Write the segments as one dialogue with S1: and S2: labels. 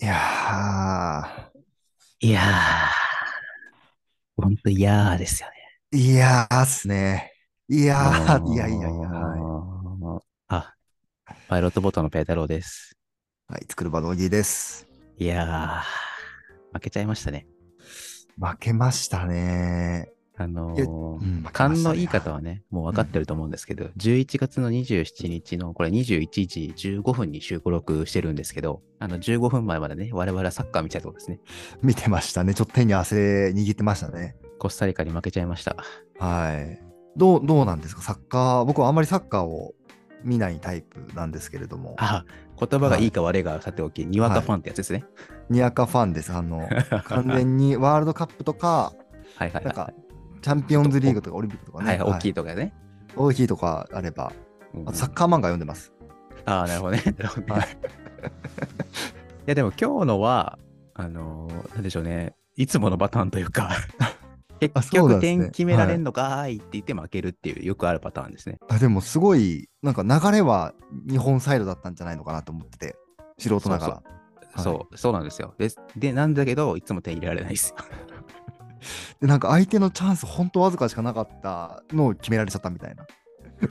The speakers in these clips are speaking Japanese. S1: いや
S2: いやー、ほんと、いやーですよね。
S1: ー、いやーっすね。いや
S2: あ
S1: ー、
S2: ー
S1: いやいやいや、は
S2: あ、パイロットボートのペータローです。
S1: い。はい、作る場のおぎです。
S2: いやー、負けちゃいましたね。
S1: 負けましたね。
S2: あの
S1: いや
S2: ー
S1: うん負けましたね
S2: 勘のいい方はね、もう分かってると思うんですけど、11月の27日の、これ21時15分に収録してるんですけど、あの、15分前までね、我々はサッカー見てたとこですね。
S1: 見てましたね。ちょっと手に汗握ってましたね。
S2: コスタリカに負けちゃいました。
S1: はい。どう、どうなんですかサッカー、僕はあんまりサッカーを見ないタイプなんですけれども、
S2: あ、言葉がいいか悪いかはさておき、にわかファンってやつですね。
S1: にわかファンです。あ の、完全にワールドカップとか、
S2: はいはい
S1: なん
S2: は
S1: か、チャンピオンズリーグとかオリンピックとか
S2: い。
S1: ね、
S2: はい、大き
S1: い、
S2: いとかね。
S1: 大きいとかあれば、
S2: うん
S1: あとサッカー漫画読んでます。
S2: ああ、なる ほどね。なるほどね
S1: はい
S2: いや、でも今日のは、あのーなんでしょうね、いつものパターンというか、
S1: あ
S2: 結
S1: そうなん
S2: 局
S1: ですね
S2: 点決められんのかーいって言って負けるっていう、よくあるパターンですね。
S1: あでもすごいなんか流れは日本サイドだったんじゃないのかなと思ってて素人ながらはい
S2: そう、そうなんですよ。で、でなんだけど、いつも点入れられないですよ。
S1: でなんか相手のチャンスほんとわずかしかなかったのを決められちゃったみたい な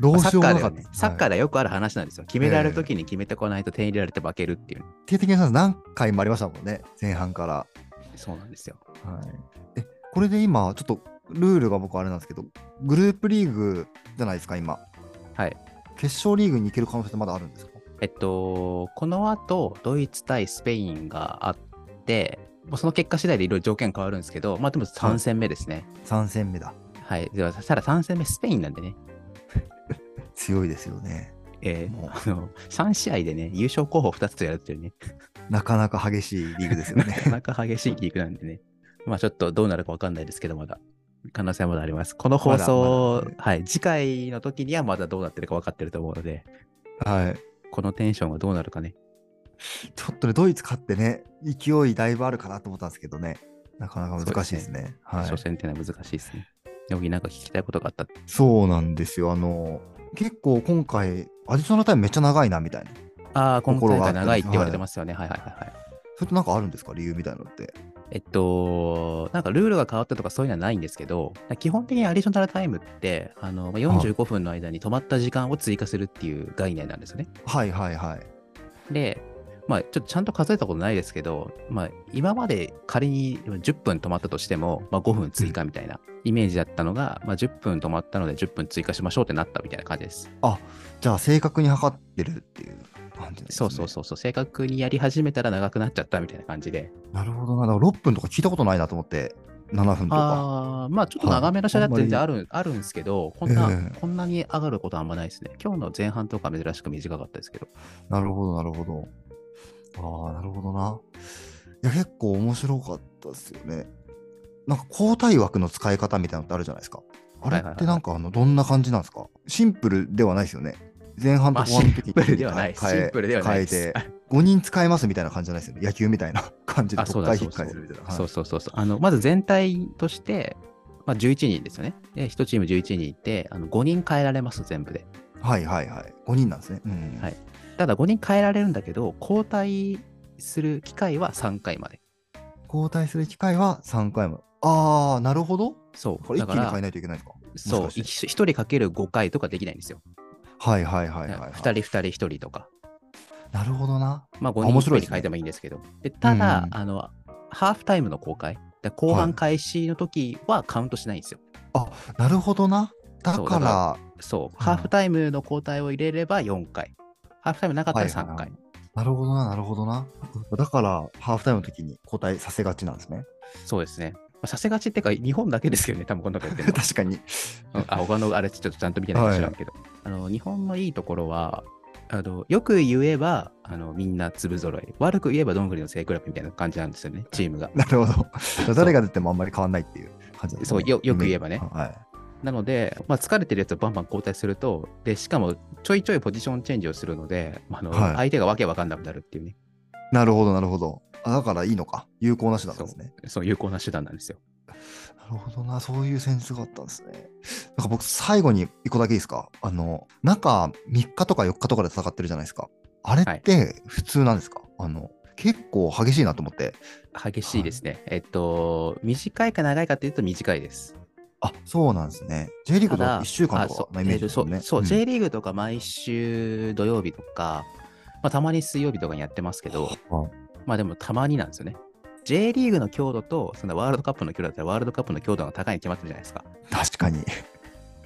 S1: どうしようもなか
S2: サッカーでは
S1: った、
S2: ねサッカ
S1: は
S2: ー
S1: い
S2: ではよくある話なんですよ。決められるときに決めてこないと点入れられて負けるっていう。
S1: 定的なチャンス何回もありましたもんね前半から、は
S2: そうなんですよ。
S1: い、えこれで今ちょっとルールが僕あれなんですけどグループリーグじゃないですか今
S2: はい。
S1: 決勝リーグに行ける可能性ってまだあるんですか
S2: えっと、この後、ドイツ対スペインがあって、もうその結果次第でいろいろ条件変わるんですけど、まあでも3戦目ですね。
S1: 3戦目だ
S2: はい。では、ただ3戦目スペインなんでね、
S1: 強いですよね
S2: えー
S1: もう
S2: あの、3試合でね、優勝候補2つとやるっていうね、
S1: なかなか激しいリーグですよ
S2: な
S1: ね
S2: かなか激しいリーグなんでね、まあちょっとどうなるかわかんないですけど、まだ。可能性はまだあります。この放送、
S1: まだまだ
S2: はい、次回の時にはまだどうなってるか分かってると思うので、
S1: はい
S2: このテンションがどうなるかね。
S1: ちょっとね、ドイツ勝ってね、勢いだいぶあるかなと思ったんですけどね、なかなか難しいですね。はい
S2: 初、戦っていうのは難しいですね。ヨギなんか聞きたいことがあったって。
S1: そうなんですよ。あの、結構今回、アディショナルタイムめっちゃ長いなみたいな。
S2: ああ、今
S1: 心
S2: 回
S1: があ
S2: が
S1: った
S2: 長いって言われてますよね。はいはいはいはい。
S1: それってなんかあるんですか理由みたいなのって。
S2: えっと、なんかルールが変わったとかそういうのはないんですけど、基本的にアディショナルタイムって、あのまあ45分の間に止まった時間を追加するっていう概念なんですよね。
S1: はいはいはい。
S2: で、まあ、ちょっとちゃんと数えたことないですけど、まあ、今まで仮に10分止まったとしても、まあ、5分追加みたいなイメージだったのが、まあ、10分止まったので10分追加しましょうってなったみたいな感じです。
S1: じゃあ、正確に測ってるっていう感じなんです、ね、
S2: そうそうそうそう、正確にやり始めたら長くなっちゃったみたいな感じで。
S1: う。なるほどな。だから6分とか聞いたことないなと思って、7分とか。
S2: ああーまあちょっと長めの試合だって全然
S1: は
S2: ある,、あるんですけど、こんな、
S1: ええ
S2: こんなに上がることはあんまないですね。今日の前半とか珍しく短かったですけど。
S1: なるほどなるほど。ああ、なるほどな。いや、結構面白かったですよね。なんか交代枠の使い方みたいなのってあるじゃないですか。あれ
S2: はいは
S1: っ
S2: いはいは
S1: て
S2: い
S1: なんかあのどんな感じなんですかシンプルではないですよね。前半と
S2: まあ
S1: 後半の時
S2: シンプルではない
S1: 変え
S2: シンプルではないです
S1: 変えて、5人使えますみたいな感じじゃないですよね。野球みたいな感じで、
S2: あそ
S1: 特
S2: うだ
S1: 回
S2: そ
S1: 引っ
S2: う
S1: か
S2: そう
S1: えするみたいな。
S2: そうそうそうそうあの。まず全体として、まあ、11人ですよね。で1チーム11人いて、あの5人変えられます、全部で。
S1: はいはいはいはい。5人なんですね。うん
S2: はいただ5人変えられるんだけど、交代する機会は3回まで。
S1: 交代する機会は3回も。ああ、なるほど。
S2: そ
S1: こ
S2: う。
S1: れ
S2: だ
S1: 一気
S2: か
S1: に変え
S2: ら、
S1: ないといけないんですか
S2: そう、
S1: もしかして
S2: 1人かける5回とかできないんですよ。
S1: はいはいはいはい、はい。
S2: 2人、2人、1人とか。
S1: なるほどな。
S2: まあ、5
S1: 面
S2: 人
S1: 白い
S2: 1
S1: ですね
S2: 人変えてもいいんですけど。でた
S1: うん
S2: だ、あの、ハーフタイムの公開、で後
S1: はい
S2: 半開始の時はカウントしないんですよ。
S1: なるほどな。だ
S2: そう
S1: か
S2: だ
S1: ら
S2: か、そ
S1: う
S2: う、
S1: ん
S2: ハーフタイムの交代を入れれば4回。ハーフタイムなかったら3回。
S1: はいはいなるほどな、なるほどな。だから、ハーフタイムの時に交代させがちなんです ね。
S2: そうですね。まあさせがちっていうか、日本だけですけどね、多分こんなことやってる の。
S1: 確かに。
S2: うんあ、他のあれちょっとちゃんと見てないかもしれんけど、あの。日本のいいところは、あのよく言えばあのみんな粒揃い、悪く言えばどんぐりの背比べみたいな感じなんですよね、チームが。
S1: なるほど。誰が出てもあんまり変わんないっていう感じなんですね
S2: そうよよく言えばね
S1: はい。
S2: なので、まあ、疲れてるやつをバンバン交代すると、でしかもちょいちょいポジションチェンジをするので、あの
S1: はい
S2: 相手がわけわかんなくなるっていうね、
S1: なるほど、なるほど。あだからいいのか。有効な手段なんですね。
S2: そう有効な手段なんですよ。
S1: なるほどな。そういうセンスがあったんですね。なんか僕、最後に一個だけいいですか。あの、中3日とか4日とかで戦ってるじゃないですか。あれって普通なんですか、あの、結構激しいなと思って。
S2: 激しいですね。えっと、短いか長いかっていうと短いです。
S1: あ、そうなんですね。J リーグと
S2: ただ
S1: か1週間
S2: あ
S1: と
S2: そ
S1: か
S2: う
S1: のイメージですよ
S2: えっ
S1: ね。
S2: とそう、
S1: ん
S2: そう J リーグとか毎週土曜日とか、まあ、たまに水曜日とかにやってますけど、
S1: は
S2: まあでもたまになんですよね。J リーグの強度と、そのワールドカップの強度だったら、ワールドカップの強度が高いに決まってるじゃないですか。
S1: 確かに。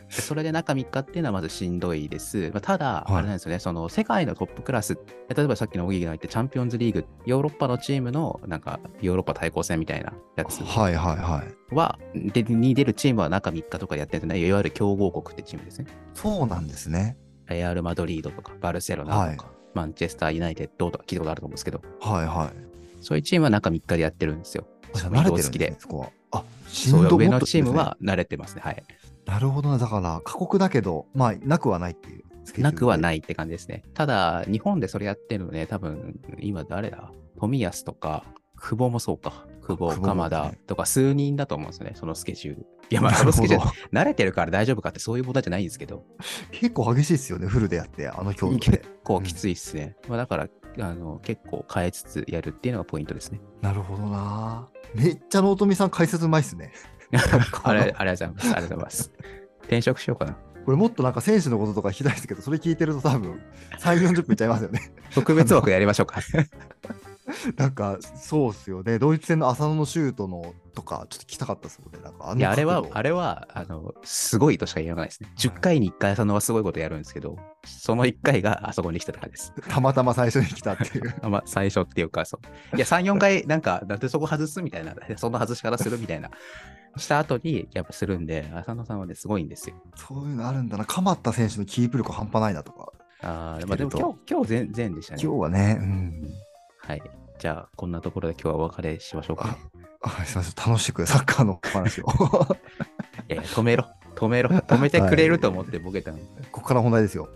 S2: でそれで中3日っていうのはまずしんどいです。まあ、ただ、
S1: はい
S2: あれなんですよね、その世界のトップクラス、例えばさっきの小木が言って、チャンピオンズリーグ、ヨーロッパのチームの、なんか、ヨーロッパ対抗戦みたいなやつ
S1: はいはいはい。
S2: は、でに出るチームは中3日とかやってるんですね、いわゆる強豪国ってチームですね。
S1: そうなんですね。
S2: レアル・マドリードとか、バルセロナ
S1: は
S2: と
S1: い
S2: か、。マンチェスター・ユナイテッドとか聞いたことあると思うんですけど、
S1: はいはい。
S2: そういうチームは中3日でやってるんですよ。
S1: あじゃあ
S2: 移動
S1: 慣れてるん
S2: 付き
S1: です
S2: で
S1: ね、。そこは。あ、し
S2: そ
S1: んど
S2: う上
S1: もっ
S2: の
S1: と
S2: チーム
S1: ですね
S2: は慣れてますね。はい。
S1: なるほどな。だから、過酷だけど、まあ、なくはないっていうスケジュールで。。
S2: なくはいないって感じですね。ただ、日本でそれやってるのね、多分、今誰だ富安とか、久保もそうか。久保、
S1: 久保も
S2: 鎌
S1: そう
S2: 田
S1: です
S2: とか数人だと思うんですよね、そのスケジュール。いや、まあ、
S1: な
S2: そ
S1: る
S2: のス
S1: ほ
S2: ケジュ
S1: ど
S2: ー。ル、慣れてるから大丈夫かってそういう問題じゃないんですけど、
S1: 結構激しいですよね、フルでやって、あの競技
S2: 結
S1: で。
S2: 構きついっすね。まあ、だから、あの結構変えつつやるっていうのがポイン トですね。
S1: なるほどな。めっちゃ納富さん解説うまいっすね。
S2: あれ、ありがとうございます。ありがとうございます。転職しようかな。
S1: これもっとなんか選手のこととか聞きたいですけど、それ聞いてると多分3、40分いっちゃいますよね。
S2: 特別枠やりましょうか。
S1: なんか、そうっすよね。ドイツ戦の浅野のシュートのとか、ちょっと聞きたかったですもんね。なんかあの
S2: いや、あれは
S1: 角、度
S2: あれは、あの、すごいとしか言わないですね。10回に1回、そのはすごいことやるんですけど、その1回があそこに来てたからです。
S1: たまたま最初に来たっていう。
S2: あまあ、最初っていうか、そう。いや、3、4回、なんか、だってそこ外すみたいな、その外し方するみたいな、した後に、やっぱするんで、浅野さんはね、すごいんですよ。
S1: そういうのあるんだな。鎌田選手のキープ力半端ないなとか。
S2: あーま
S1: 見
S2: あ、
S1: て
S2: で
S1: る
S2: も
S1: と
S2: 今日、今日全、全でしたね。
S1: 今日はね、うん。
S2: はい。じゃあ、こんなところで今日はお別れしましょうか、ね。
S1: あすいません、楽しくサッカーのお話を。 こ
S2: いやいや止めろ。止めろ。止めてくれると思ってボケたのに
S1: こから本題ですよ。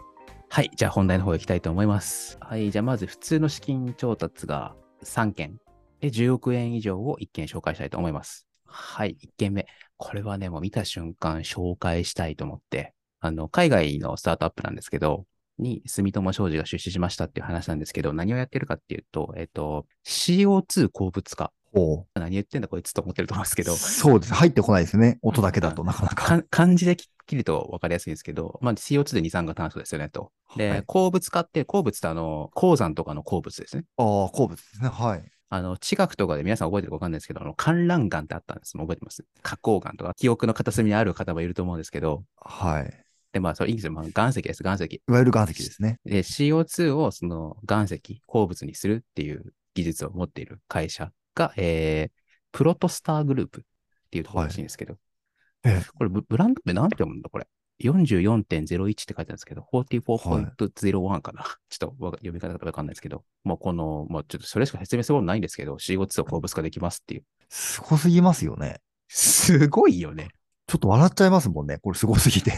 S2: はい、じゃあ本題の方行きたいと思います。はい、じゃあまず普通の資金調達が3件で10億円以上を1件紹介したいと思います。はい、1件目。これはね、もう見た瞬間紹介したいと思って、あの、海外のスタートアップなんですけど、に住友商事が出資しましたっていう話なんですけど、何をやってるかっていうと、えっと、CO2 鉱物化。
S1: ほ
S2: 何言ってんだこいつと思ってると思うんですけ
S1: う
S2: ど、
S1: そうです。入ってこないですね。音だけだとなかなか。
S2: かん漢字できっきりと分かりやすいんですけど、まあ、CO2 で二酸化炭素ですよねと。で、
S1: はい
S2: 鉱物化って、鉱物ってあの、鉱山とかの鉱物ですね。
S1: ああ、好物ですね。はい。
S2: あの、地学とかで皆さん覚えてるか分かんないですけど、あの、観覧岩ってあったんです。覚えてます花崗岩とか、記憶の片隅にある方もいると思うんですけど、
S1: はい。
S2: で、まあ、それいいんですよ。まあ、岩石です、岩石。
S1: いわゆる岩石ですね。
S2: で、CO2 をその岩石、鉱物にするっていう技術を持っている会社が、えー、プロトスターグループっていうところらしいんですけど、
S1: はいええ
S2: これブブランド名なんて読むんだこれ。44.01って書いてあるんですけど、44.01かな、 ちょっとわか読み方がわかんないですけど、もうこの、もうちょっとそれしか説明することないんですけど、CO2 を鉱物化できますっていう。
S1: すごすぎますよね。
S2: すごいよね。
S1: ちょっと笑っちゃいますもんね。これすごすぎて。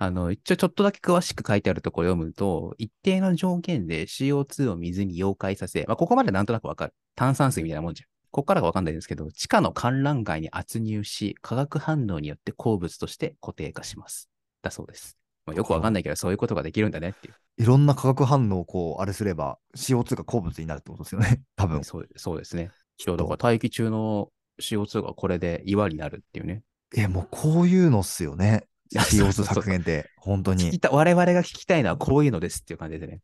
S2: あの、一応ちょっとだけ詳しく書いてあるところを読むと、一定の条件で CO2 を水に溶解させ、まあ、ここまでなんとなくわかる。炭酸水みたいなもんじゃん。ここからがわかんないんですけど、地下の観覧街に圧入し、化学反応によって鉱物として固定化します。だそうです。まあ、よくわかんないけど、そういうことができるんだねっていう。
S1: いろんな化学反応をこう、あれすれば CO2 が鉱物になるってことですよね。 多分。
S2: そうそうですね。ちょうど大気中の CO2 がこれで岩になるっていうね。
S1: え、もうこういうのっすよね。
S2: い やそう
S1: CO2
S2: そうそう
S1: 削減って、本当
S2: 聞き
S1: に。
S2: た我々が聞きたいのはこういうのですっていう感じでね。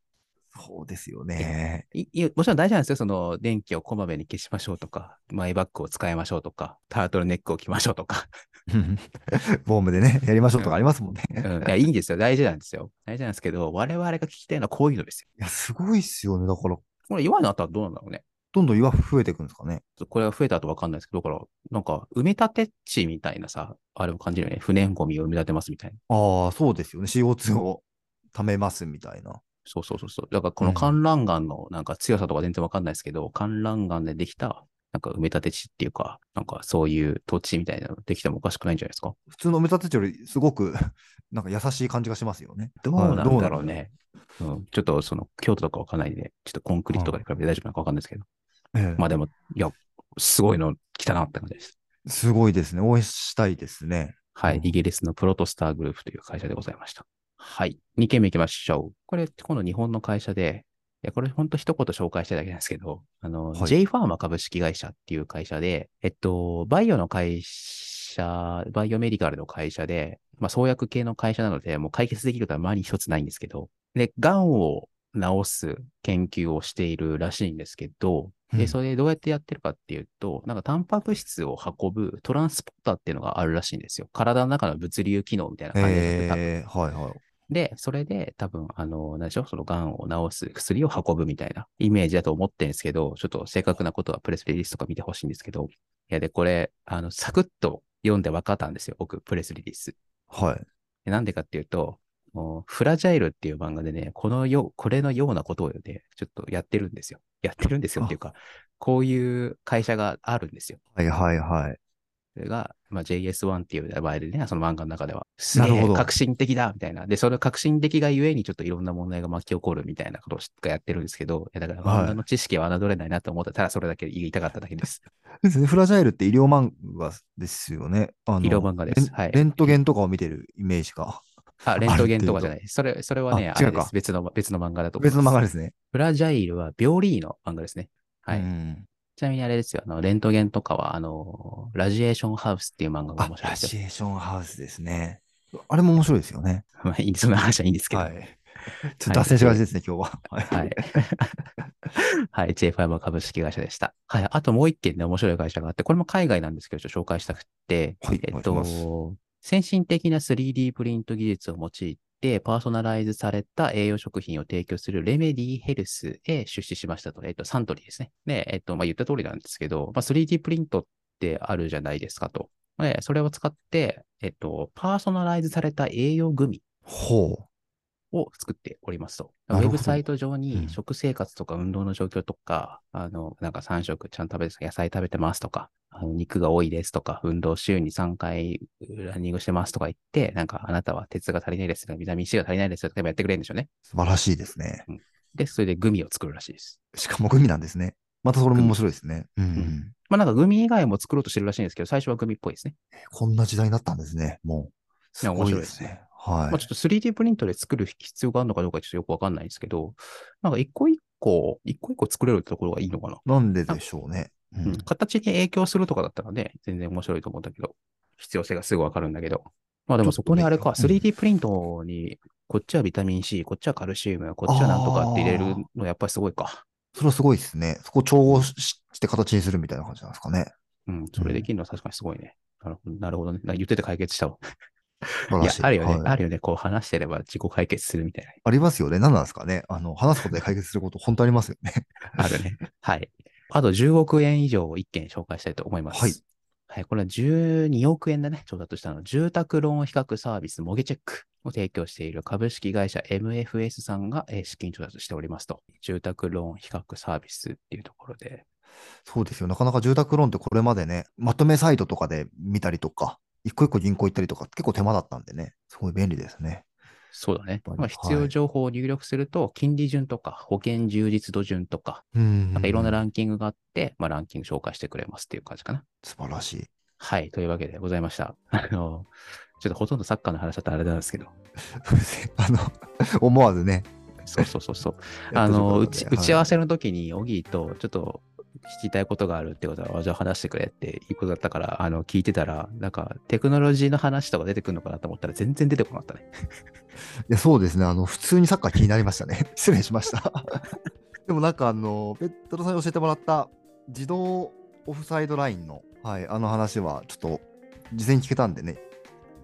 S1: そうですよね。
S2: いいやもちろん大事なんですよ。その、電気をこまめに消しましょうとか、マイバッグを使いましょうとか、タートルネックを着ましょうと か。
S1: ボームで ね、やりましょうとかありますもんね。
S2: う
S1: い
S2: ん、いや、いいんですよ。大事なんですよ。大事なんですけど、我々が聞きたいのはこういうのですよ。
S1: や、すごいっすよね。だから、
S2: これ、弱いのあったらどうなんだろうね。
S1: どんどん岩増えていくんですかね。
S2: これが増えた後わかんないですけど、だから、なんか、埋め立て地みたいなさ、あれを感じるよね。不燃ゴミを埋め立てますみたいな。
S1: ああ、そうですよね。CO2 を貯めますみたいな。
S2: そうそうそうそう。だから、この
S1: うん
S2: 観覧岩のなんか強さとか全然わかんないですけど、観覧岩でできた、なんか埋め立て地っていうか、なんかそういう土地みたいなのできてもおかしくないんじゃないですか。
S1: 普通の埋め立て地よりすごく、 なんか優しい感じがしますよね。
S2: どう
S1: はい
S2: なんだろうね。うん、ちょっとその京都とかわかんないんで、ちょっとコンクリートとかに比べて大丈夫なのかわかんないですけど、
S1: どうなんだろう。ええ
S2: まあでも、いや、すごいの来たなって感じです。
S1: すごいですね。応援したいですね。
S2: はい、
S1: うん
S2: イギリスのプロトスターグループという会社でございました。はい、2件目行きましょう。これ、今度日本の会社で、や、これ本当一言紹介したいだけなんですけど、あの、
S1: はい
S2: J ファーマ株式会社っていう会社で、えっと、バイオの会社、バイオメディカルの会社で、まあ、創薬系の会社なので、もう解決できることは周りに一つないんですけど、で、癌を治す研究をしているらしいんですけど、
S1: う
S2: で、
S1: ん
S2: それどうやってやってるかっていうと、なんかタンパク質を運ぶトランスポーターっていうのがあるらしいんですよ。体の中の物流機能みたいな感じですね多分
S1: えー、はいはい。
S2: で、それで多分、あの、何でしょう、その癌を治す薬を運ぶみたいなイメージだと思ってるんですけど、ちょっと正確なことはプレスリリースとか見てほしいんですけど、いや、で、これ、あの、サクッと読んで分かったんですよ、僕、プレスリリース。
S1: はい。
S2: でなんでかっていうと、もうフラジャイルっていう漫画でね、このよう、これのようなことをね、ちょっとやってるんですよ。やってるんですよっていうか、こういう会社があるんですよ。
S1: はいはいはい。
S2: それが、まあ、JS1 っていう名前でね、その漫画の中では。す
S1: な
S2: げ
S1: るほど
S2: え革新的だみたいな。で、その革新的がゆえにちょっといろんな問題が巻き起こるみたいなことをがやってるんですけど、いやだから
S1: はい
S2: 漫画の知識は侮れないなと思ったら、ただそれだけ言いたかっただ けです。
S1: ですね。フラジャイルって医療漫画ですよね。あの
S2: 医療漫画です
S1: レン
S2: はい
S1: レントゲンとかを見てるイメージか。
S2: あ、レントゲンとかじゃない。それ、それはね、
S1: あ
S2: あれ
S1: 違う
S2: で
S1: か
S2: す。別の、別の漫画だと思います。
S1: 別の漫画
S2: で
S1: ですね。
S2: フラジャイルは病理医の漫画ですね。はい。
S1: うん
S2: ちなみにあれですよ、あの、レントゲンとかは、あの、ラジエーションハウスっていう漫画が
S1: あ
S2: 面、白い
S1: ラ
S2: です
S1: ジ
S2: よ。
S1: エーションハウスですね。あれも面白いですよね。
S2: まあ、いいその話はいいんですけど。
S1: はい。ちょっと脱線しがちですね、今日は。
S2: はい。はい、J5 株式会社でした。はい、あともう一件ね、面白い会社があって、これも海外なんですけど、ちょっと紹介したくって、
S1: はい
S2: えっ
S1: お願いします
S2: と、先進的な 3D プリント技術を用いて、パーソナライズされた栄養食品を提供するレメディヘルスへ出資しましたと。えっと、サントリーですね。で、えっと、まあ、言った通りなんですけど、まあ、3D プリントってあるじゃないですかと。でそれを使って、えっと、パーソナライズされた栄養グミ
S1: ほう。
S2: を作っておりますと。ウ
S1: なる
S2: ェ
S1: ほど
S2: ブサイト上
S1: う
S2: に
S1: ん
S2: 食生活とか運動の状況とか、あの、なんか3食ちゃんと食べて、野菜食べてますとか、あの肉が多いですとか、運動週に3回ランニングしてますとか言って、なんかあなたは鉄が足りないですとか、ビタミン C が足りないですとかやってくれるんでしょうね。
S1: 素晴らしいですね。
S2: で、それでグミを作るらしいです。
S1: しかもグミなんですね。またそれも面白いですね。うんうん。
S2: まあなんかグミ以外も作ろうとしてるらしいんですけど、最初はグミっぽいですね。
S1: こんな時代になったんですね。もう。すごいですね。は
S2: まあ、ちょっと 3D プリントで作る必要があるのかどうかちょっとよくわかんないんですけど、なんか一個一個、一個一個作れるってところがいいのかな。
S1: い。なんででしょうね。う
S2: うん
S1: ん、
S2: 形に影響するとかだったらね、全然面白いと思うんだけど、必要性がすぐわかるんだけど。まあでもそこにあれか、
S1: ちょっとね
S2: 3D プリントに、こっちはビタミン C、こっちはカルシウム、こっちはなんとかって入れるのやっぱりすごいか。
S1: それはすごいですね。そこを調合しして形にするみたいな感じなんですかね。
S2: うん、それできるのは確かにすごいね。なるほどなるほどね。なんか言ってて解決したわ。
S1: 素晴
S2: い
S1: ら
S2: や
S1: しい。、
S2: あるよね、
S1: はい
S2: あるよね。こう話してれば自己解決するみたい
S1: ありますよね。何なんですかね。あの、話すことで解決すること、本当ありますよね。
S2: な。あ るね。はい。あと10億円以上を1件紹介したいと思います。
S1: はい。
S2: はい、これは12億円だね、調達したの。住宅ローン比較サービス、モゲチェックを提供している株式会社 MFS さんがえー資金調達しておりますと。住宅ローン比較サービスっていうところで。
S1: そうですよ。なかなか住宅ローンってこれまでね、まとめサイトとかで見たりとか、一個一個銀行行ったりとか、結構手間だったんでね、すごい便利ですね。
S2: そうだね。
S1: はい
S2: まあ、必要情報を入力すると、金利順とか、保険充実度順とか、
S1: うん。
S2: なんかいろんなランキングがあって、まあ、ランキング紹介してくれますっていう感じかな。
S1: 素晴らしい。
S2: はい。というわけでございました。あの、ちょっとほとんどサッカーの話だったらあれなんですけど。
S1: あの、思わずね。
S2: そうそうそうそう。
S1: や
S2: あ
S1: っと
S2: の、
S1: そうう
S2: ち、
S1: だ
S2: 打
S1: ね
S2: ち合
S1: は
S2: わせの時に、オギーと、ちょっと、聞きたいことがあるってことは、じゃあ話してくれっていうことだったから、あの、聞いてたら、なんか、テクノロジーの話とか出てくるのかなと思ったら、全然出てこなかったね。
S1: い、いや、そうですね。あの、普通にサッカー気になりましたね。 失礼しました。でもなんかあの、ペットロさんに教えてもらった自動オフサイドラインの、はい、あの話は、ちょっと、事前に聞けたんでね、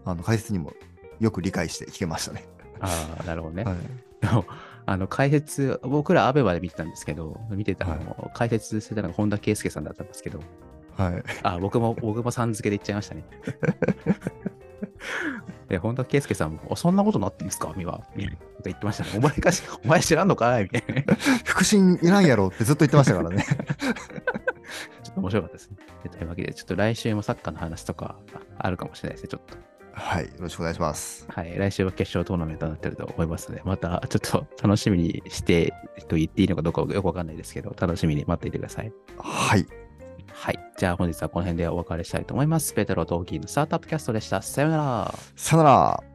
S1: あの、解説にもよく理解して聞けましたね。
S2: ああ、なるほど ね。
S1: はい。
S2: あの、解説、僕らアベマで見てたんですけど、見てたのも、解説してたのが本田圭佑さんだったんですけど、
S1: はい。
S2: あ、僕も、 僕もさん付けで言っちゃいましたね。で、本田圭佑さんも、あそんなことなってんですか今、みたいなこと言ってましたね。お前かし、お前知らんのかいみたいなね。
S1: 腹心いらんやろってずっと言ってましたからね。
S2: ちょっと面白かったですね。というわけで、ちょっと来週もサッカーの話とかああるかもしれないですね、ちょっと。
S1: はい、よろしくお願いします。
S2: はい、来週は決勝トーナメントになってると思いますので、またちょっと楽しみにして、えっと、言っていいのかどうかよくわかんないですけど、楽しみに待っていてください。
S1: はい、
S2: はい、じゃあ本日はこの辺でお別れしたいと思います。ペテロ・ドーギーのスタートアップキャストでした。さようなら。
S1: さよなら。